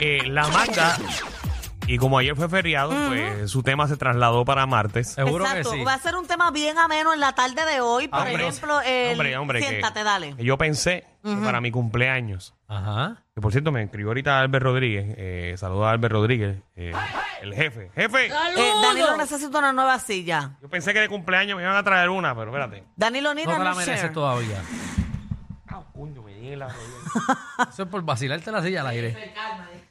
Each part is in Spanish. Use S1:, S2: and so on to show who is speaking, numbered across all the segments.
S1: eh, la Magda. Y como ayer fue feriado, pues su tema se trasladó para martes.
S2: Seguro
S3: Exacto,
S2: que sí.
S3: va a ser un tema bien ameno en la tarde de hoy. Por
S2: Hombre,
S3: ejemplo, el...
S1: hombre, hombre, que-
S3: siéntate, dale.
S1: Yo pensé que para mi cumpleaños.
S2: Ajá.
S1: Que por cierto, me escribió ahorita Albert Rodríguez. Eh, saluda a Albert Rodríguez, eh, el jefe. ¡Jefe!
S3: Eh, Danilo necesita una nueva silla.
S1: Yo pensé que de cumpleaños me iban a traer una, pero espérate.
S3: Danilo
S2: No
S3: Nina
S2: te la
S3: no
S2: mereces
S3: share.
S2: todavía.
S1: Ah, coño, me di en la rodilla.
S2: Eso es por vacilarte la silla al aire.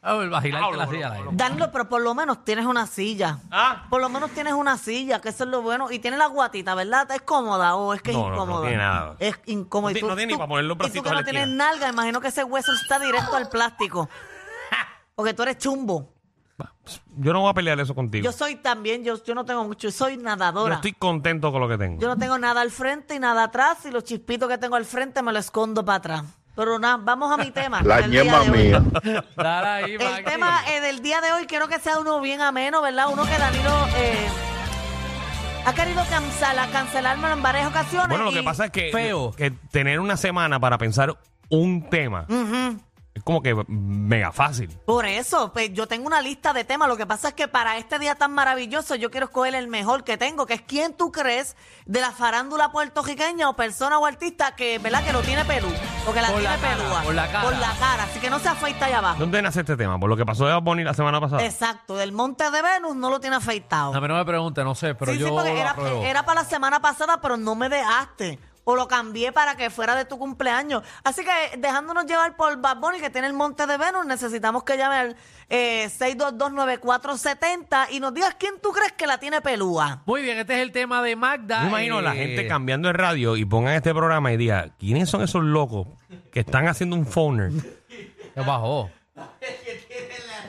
S2: Ah, por vacilarte la silla al aire.
S3: Danilo, pero por lo menos tienes una silla.
S1: Ah.
S3: Por lo menos tienes una silla, que eso es lo bueno. Y tiene la guatita, ¿verdad? ¿Es cómoda o es que
S1: No,
S3: es
S1: no, no
S3: incómoda?
S1: tiene nada.
S3: Es incómoda.
S1: No
S3: Y
S1: ti-
S3: tú-
S1: no tiene ni
S3: tú-
S1: para poner los
S3: Y
S1: bracitos a
S3: tú que
S1: la
S3: no tienes
S1: esquina.
S3: nalga, imagino que ese hueso está directo al plástico. Porque tú eres chumbo.
S1: Yo no voy a pelear eso contigo.
S3: Yo soy también, yo, yo no tengo mucho, yo soy nadadora.
S1: Yo estoy contento con lo que tengo.
S3: Yo no tengo nada al frente y nada atrás y los chispitos que tengo al frente me los escondo para atrás. Pero nada, vamos a mi tema.
S4: La
S3: del día
S4: ñema
S3: de hoy.
S4: mía.
S2: Dale ahí,
S3: El
S2: Magdi.
S3: tema eh, del día de hoy quiero que sea uno bien ameno, ¿verdad? Uno que Danilo eh, ha querido cancelar, cancelármelo en varias ocasiones.
S1: Bueno, lo
S3: y-
S1: que pasa es que,
S2: Feo.
S1: que tener una semana para pensar un tema es como que mega fácil.
S3: Por eso, pues yo tengo una lista de temas. Lo que pasa es que para este día tan maravilloso yo quiero escoger el mejor que tengo, que es quién tú crees de la farándula puertorriqueña o persona o artista que, ¿verdad? Que lo tiene pelú. O que la
S2: Por la
S3: tiene
S2: cara,
S3: pelúa.
S2: por la cara.
S3: Por la cara. Así que no se afeita allá abajo.
S1: ¿Dónde nace este tema? Por lo que pasó de Bad Bunny la semana pasada.
S3: Exacto. Del monte de Venus no lo tiene afeitado.
S2: A mí no me pregunte, no sé, pero
S3: sí,
S2: yo
S3: sí, porque
S2: lo
S3: era,
S2: apruebo.
S3: era para la semana pasada, pero no me dejaste. O lo cambié para que fuera de tu cumpleaños. Así que dejándonos llevar por Bad Bunny, que tiene el Monte de Venus, necesitamos que llame al eh, 6229470 y nos digas quién tú crees que la tiene pelúa.
S2: Muy bien, este es el tema de Magda.
S1: Yo imagino
S2: Eh,
S1: la gente cambiando de radio y pongan este programa y diga, ¿quiénes son esos locos que están haciendo un phoner?
S2: que bajó.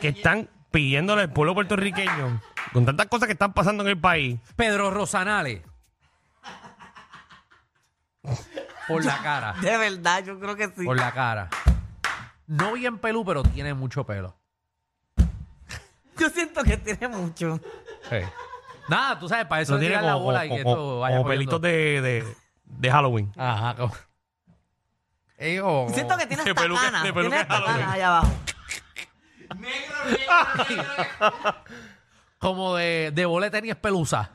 S1: Que están pidiéndole al pueblo puertorriqueño, con tantas cosas que están pasando en el país,
S2: Pedro Rosanales. Por la cara.
S3: De verdad, yo creo que sí.
S2: Por la cara. No bien pelú, pero tiene mucho pelo.
S3: Yo siento que tiene mucho.
S2: Sí. Nada, tú sabes, para eso
S1: no
S2: le
S1: tiene
S2: tiran la
S1: como,
S2: bola y
S1: como-
S2: que
S1: como-
S2: esto vaya
S1: como
S2: cogiendo.
S1: pelitos de, de- de Halloween.
S2: Ajá, como... Eh, como-
S3: Siento que tiene
S1: De
S3: hasta
S1: peluca-
S3: canas.
S1: de
S3: Tiene
S1: peluca
S3: hasta
S1: Halloween.
S3: canas allá abajo.
S2: como de, de bola de tenis pelusa.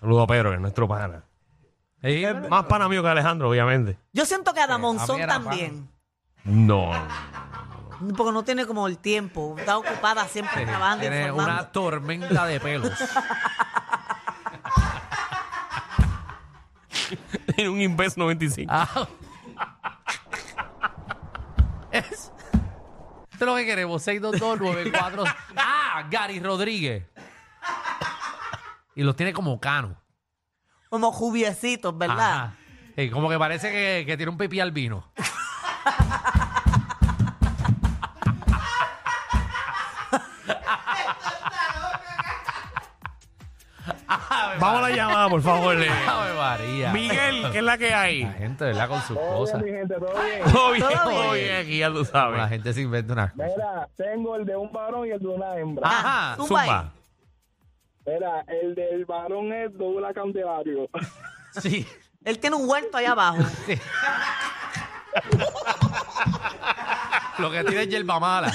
S1: Saludo a Pedro, que es nuestro pana.
S2: Sí,
S1: Es más pana mío que Alejandro, obviamente.
S3: Yo siento que
S2: a mí
S3: Adamonzón
S2: era
S3: también.
S1: No.
S3: Porque no tiene como el tiempo. Está ocupada siempre trabajando.
S2: tiene
S3: informando.
S2: una tormenta de pelos.
S1: Tiene un Invest 95.
S2: Ah. Es- Esto es lo que queremos, 62294. Ah, Gary Rodríguez. Y los tiene como cano.
S3: Como jubiecitos, ¿verdad?
S2: Ajá. Sí, como que parece que, que tiene un pipí albino.
S1: Vamos a la llamada, por favor. eh.
S2: Ave María.
S1: Miguel, ¿qué es la que hay?
S2: La gente, ¿verdad? Con sus cosas.
S1: Todo bien,
S3: Todo
S1: todo
S3: bien.
S1: bien, aquí ya tú
S2: Como La
S1: sabes.
S2: gente se inventa unas cosas.
S5: Mira, tengo el de un varón y el de una hembra.
S2: Ajá.
S3: Zumba ahí.
S1: Zumba.
S5: Mira, el del varón es Douglas Candelario.
S2: Sí.
S3: Él tiene un huerto allá abajo.
S2: Lo que tiene es yerba mala.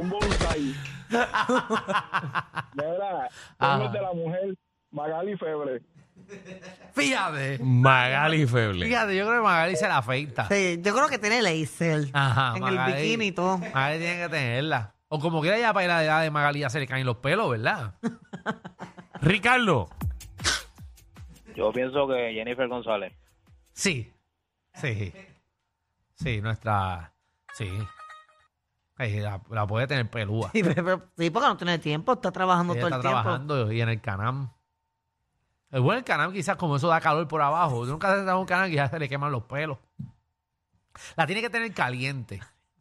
S5: un bonsai. Mira,
S2: Ajá.
S5: tengo el de la mujer, Magali Febre.
S2: Fíjate.
S1: Magali Feble.
S2: Fíjate, yo creo que Magali se la afeita.
S3: Sí, yo creo que tiene laser.
S2: Ajá,
S3: En
S2: Magali.
S3: el bikini y todo.
S2: Magali tiene que tenerla. O como quiera ya para la edad de Magali ya se le caen los pelos, ¿verdad?
S1: Ricardo.
S6: Yo pienso que Jennifer González.
S2: Sí. Sí. Sí, nuestra... Sí. Ay, la, la puede tener pelúa.
S3: Sí, pero- pero- sí, porque no tiene tiempo, está trabajando
S2: Ella
S3: todo
S2: está
S3: el tiempo.
S2: trabajando y en el canam. El bueno el canam quizás como eso da calor por abajo. Nunca se da un canam quizás se le queman los pelos. La tiene que tener caliente.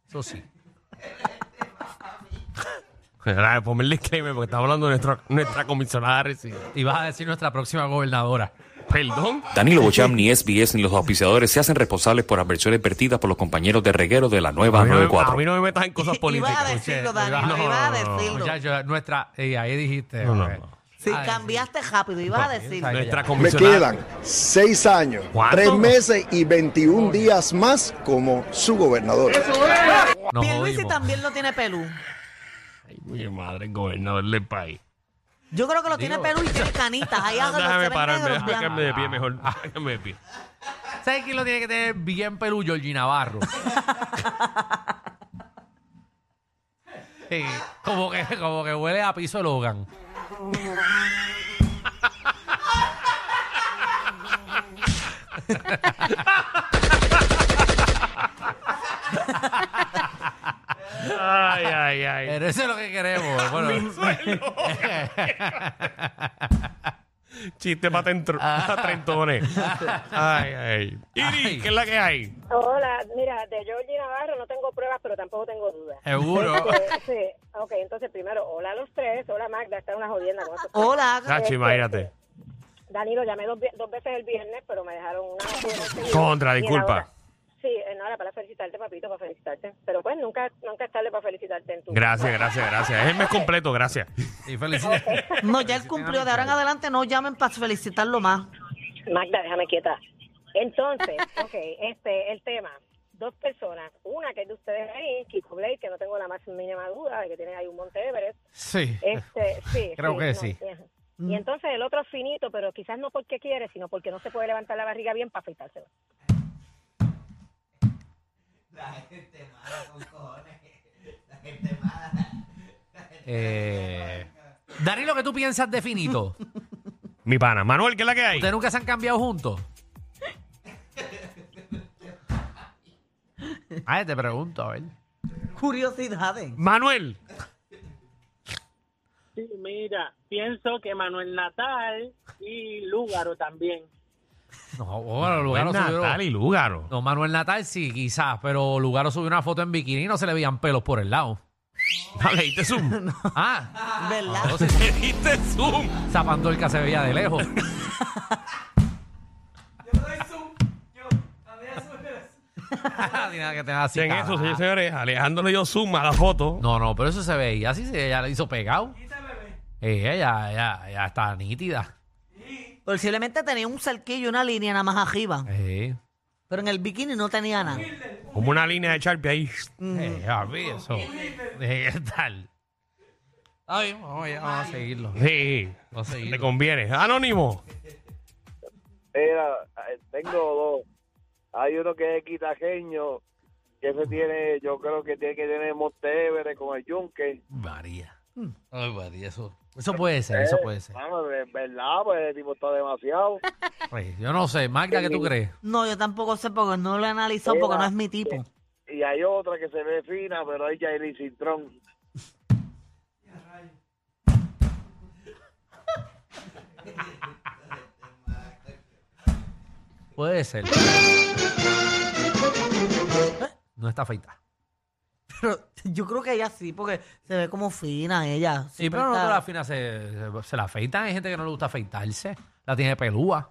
S2: Eso sí.
S1: Ahora, Ponme el disclaimer porque estamos hablando de nuestra, nuestra comisionada residente.
S2: Y vas a decir nuestra próxima gobernadora.
S1: Perdón.
S4: Danilo Bocham, ni SBS, ni los auspiciadores se hacen responsables por adversiones vertidas por los compañeros de reguero de la nueva
S1: A mí no me- a
S4: 94.
S1: mí no me metas en cosas políticas.
S3: Iba a decirlo,
S2: Che,
S3: Danilo,
S2: no,
S3: iba a
S1: no, no,
S3: decirlo.
S2: Muchacho, nuestra. y ahí dijiste.
S1: No, no,
S2: eh,
S1: no.
S3: Sí,
S2: ah,
S3: cambiaste rápido, ibas a decirlo.
S2: Ay,
S1: Nuestra
S2: Me
S7: Me
S1: comisionada.
S7: quedan seis años,
S1: ¿Cuánto?
S7: tres meses y 21 días más como su gobernador.
S2: nos
S3: Pierluisi
S2: jodimos.
S3: también lo tiene pelú.
S1: Ay, mi madre, el gobernador del país.
S3: Yo creo que lo tiene pelú y tiene canitas. Ahí
S1: No,
S3: hace los
S1: déjame
S3: tres
S1: pararme,
S3: negros,
S1: déjame
S3: ya.
S1: quedarme de pie mejor. Déjame de pie.
S2: ¿Sabes quién lo tiene que tener bien pelú? Georgie Navarro. Sí, como, que, como que huele a piso Logan.
S1: Ay, ay, ay.
S2: Pero eso es lo que queremos. Bueno,
S1: Chiste para tentro-
S3: Ah.
S1: para trentones. Ay, ay. Iri,
S2: Ay.
S1: ¿qué es la que hay?
S8: Hola, mira, de Georgie Navarro no tengo pruebas, pero tampoco tengo dudas.
S2: seguro.
S8: Sí, ok, entonces primero, hola a los tres, hola Magda, está una jodienda con eso.
S3: Hola.
S1: Sachi, imagínate.
S8: Danilo, llamé dos, vi- dos veces el viernes, pero me dejaron una...
S1: Contra,
S8: Y en
S1: disculpa.
S8: la hora- Sí, en la hora para felicitarte, papito, para felicitarte. Pero pues nunca, nunca es tarde para felicitarte en tu...
S1: Gracias, gracias, gracias. Es el mes completo, gracias.
S2: Y felicidades.
S3: No, ya él cumplió. De ahora en adelante no llamen para felicitarlo más.
S8: Magda, déjame quieta. Entonces, ok, este, el tema. Dos personas, una que es de ustedes ahí, Kiko Blade, que no tengo la más mínima duda de que tiene ahí un Monte Everest.
S2: Sí.
S8: Este, sí. eh.
S2: Creo que sí.
S8: Y entonces el otro es finito, pero quizás no porque quiere, sino porque no se puede levantar la barriga bien para afeitársela.
S2: Eh, Danilo, ¿qué tú piensas de finito?
S1: Mi pana. Manuel, ¿qué es la que hay?
S2: ¿Ustedes nunca se han cambiado juntos? Ay, Ah, te pregunto, a ver.
S3: Curiosidades.
S1: Manuel.
S9: Sí, mira, pienso que Manuel Natal y Lúgaro también.
S2: No, bueno, Lugaro
S1: Manuel
S2: subió-
S1: Natal y Lúgaro.
S2: No, Manuel Natal sí, quizás, pero Lugaro subió una foto en bikini y no se le veían pelos por el lado.
S1: No, le diste zoom.
S2: Ah,
S3: ¿Verdad?
S2: entonces
S1: Le diste zoom.
S2: Zapandolca se veía de lejos. Ni nada que tenga así,
S1: En
S2: cara.
S1: eso, señores, señores, Alejandro le dio zoom a la foto.
S2: No, no, pero eso se veía así, se- ella la hizo pegado. Eh, ella, ella, ella está nítida.
S3: Posiblemente tenía un cerquillo y una línea nada más arriba.
S2: Eh,
S3: Pero en el bikini no tenía nada.
S1: Como una línea de Sharpie ahí.
S2: eh, a mí eso. Eh, ¿Qué tal? Está bien, vamos, allá, vamos a seguirlo.
S1: Sí,
S2: Vamos a
S1: le
S2: seguirlo.
S1: conviene. Anónimo.
S5: Mira, eh, tengo dos. Hay uno que es quitajeño, que ese tiene, yo creo que tiene que tener Monte Everest con el yunque.
S2: María.
S1: Mm.
S2: Ay, María, eso. Eso puede ser, eso puede ser.
S5: Vamos, Ah, en verdad, pues el tipo está demasiado.
S2: Pues, yo no sé, Magda, ¿qué tú crees?
S3: No, yo tampoco sé porque no lo he analizado porque no es mi tipo.
S5: Y hay otra que se ve fina, pero ella es el Cintrón.
S2: Puede ser. No está afeitada.
S3: Pero yo creo que ella sí, porque se ve como fina ella.
S2: Sí, pero no
S3: Súper
S2: todas
S3: cara.
S2: las finas se, se- se la afeitan. Hay gente que no le gusta afeitarse. La tiene pelúa.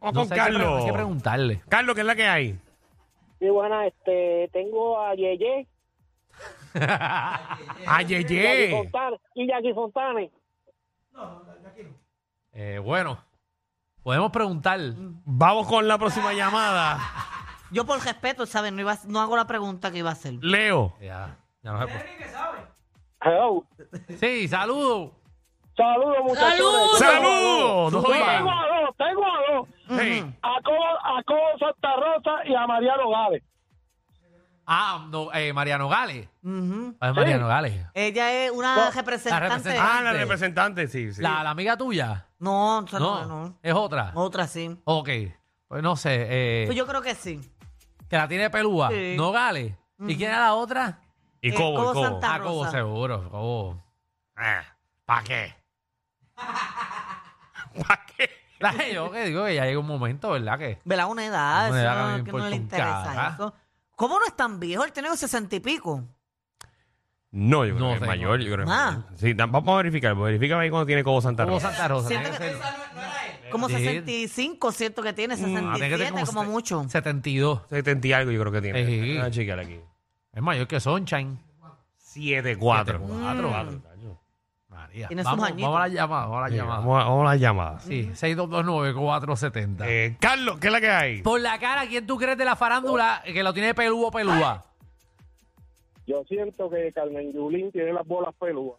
S1: Vamos
S2: No
S1: con
S2: sé, hay que pre-
S1: Carlos.
S2: Hay que preguntarle.
S1: Carlos, ¿qué es la que hay?
S9: Sí, bueno, este, tengo a Yeye y,
S1: Ayeye.
S9: Fontane, y Jackie Fontane.
S2: Eh, bueno, podemos preguntar.
S1: Mm. Vamos con la próxima llamada.
S3: Yo por respeto, ¿sabes? No, iba a- no hago la pregunta que iba a hacer.
S1: Leo.
S2: Eh, Ya, ya no se puede.
S5: Hello.
S2: Sí, saludos.
S5: Saludos, muchachos.
S1: ¡Saludos!
S2: Zumba.
S1: Oye,
S5: Tengo a dos, tengo a dos.
S1: hey,
S5: A Cobo, a Cobo Santa Rosa y a Mariano Gávez.
S2: Ah, no, eh, Mariano Gales.
S3: Ujú.
S2: Ah, es Mariano Gales.
S3: Ella es una representante.
S2: Oh, la representante.
S1: Ah, la representante, sí, sí.
S2: La, la amiga tuya.
S3: No, o sea,
S2: No,
S3: no, no.
S2: es otra.
S3: Otra sí.
S2: Ok. Pues no sé. eh,
S3: Pues yo creo que sí.
S2: Que la tiene pelúa.
S3: Sí.
S2: No Gales. ¿Y quién era la otra?
S1: Y
S3: eh,
S1: Cobo,
S3: Cobo
S1: y Cobo.
S3: Santa- La
S2: Ah, Cobo,
S3: Rosa.
S2: seguro. Cobo.
S1: Ah,
S2: ¿Para qué?
S1: ¿Para qué?
S2: Claro, yo que digo que ya llega un momento, ¿verdad? Que
S3: ¿Verdad? Una edad,
S2: Una
S3: eso
S2: edad que a mí me
S3: no- que no
S2: importa
S3: le
S2: un
S3: interesa
S2: carajo.
S3: eso. ¿Cómo no es tan viejo? Él tiene sesenta y pico.
S1: No, yo creo
S2: No
S1: que es
S2: tengo.
S1: mayor. Yo creo que es
S3: Ah.
S1: mayor. Sí, tam- vamos a verificar. pues, Verifícame ahí cuando tiene Cobo Santa
S2: como
S1: Rosa.
S2: Santa Rosa.
S3: Siento
S2: tiene que
S3: que-
S2: ser-
S3: Como
S2: Sí.
S3: 65, siento que tiene,
S2: Ah, tiene que tener
S3: 67, como
S2: set-
S3: mucho.
S2: 72.
S1: 70 y algo yo creo que tiene.
S2: Ejí.
S1: Vamos a chequear aquí.
S2: Es mayor que Sunshine.
S1: 7, 4.
S2: Siete, María.
S3: Tiene sus
S2: vamos,
S3: añitos.
S2: vamos a la llamada, vamos a la llamada.
S1: Vamos a vamos a las llamadas.
S2: Sí, 6229470.
S1: Eh, Carlos, ¿qué es la que hay?
S2: Por la cara, ¿quién tú crees de la farándula que lo tiene pelúo pelúa?
S5: Yo siento que Carmen Yulín tiene las bolas peludas.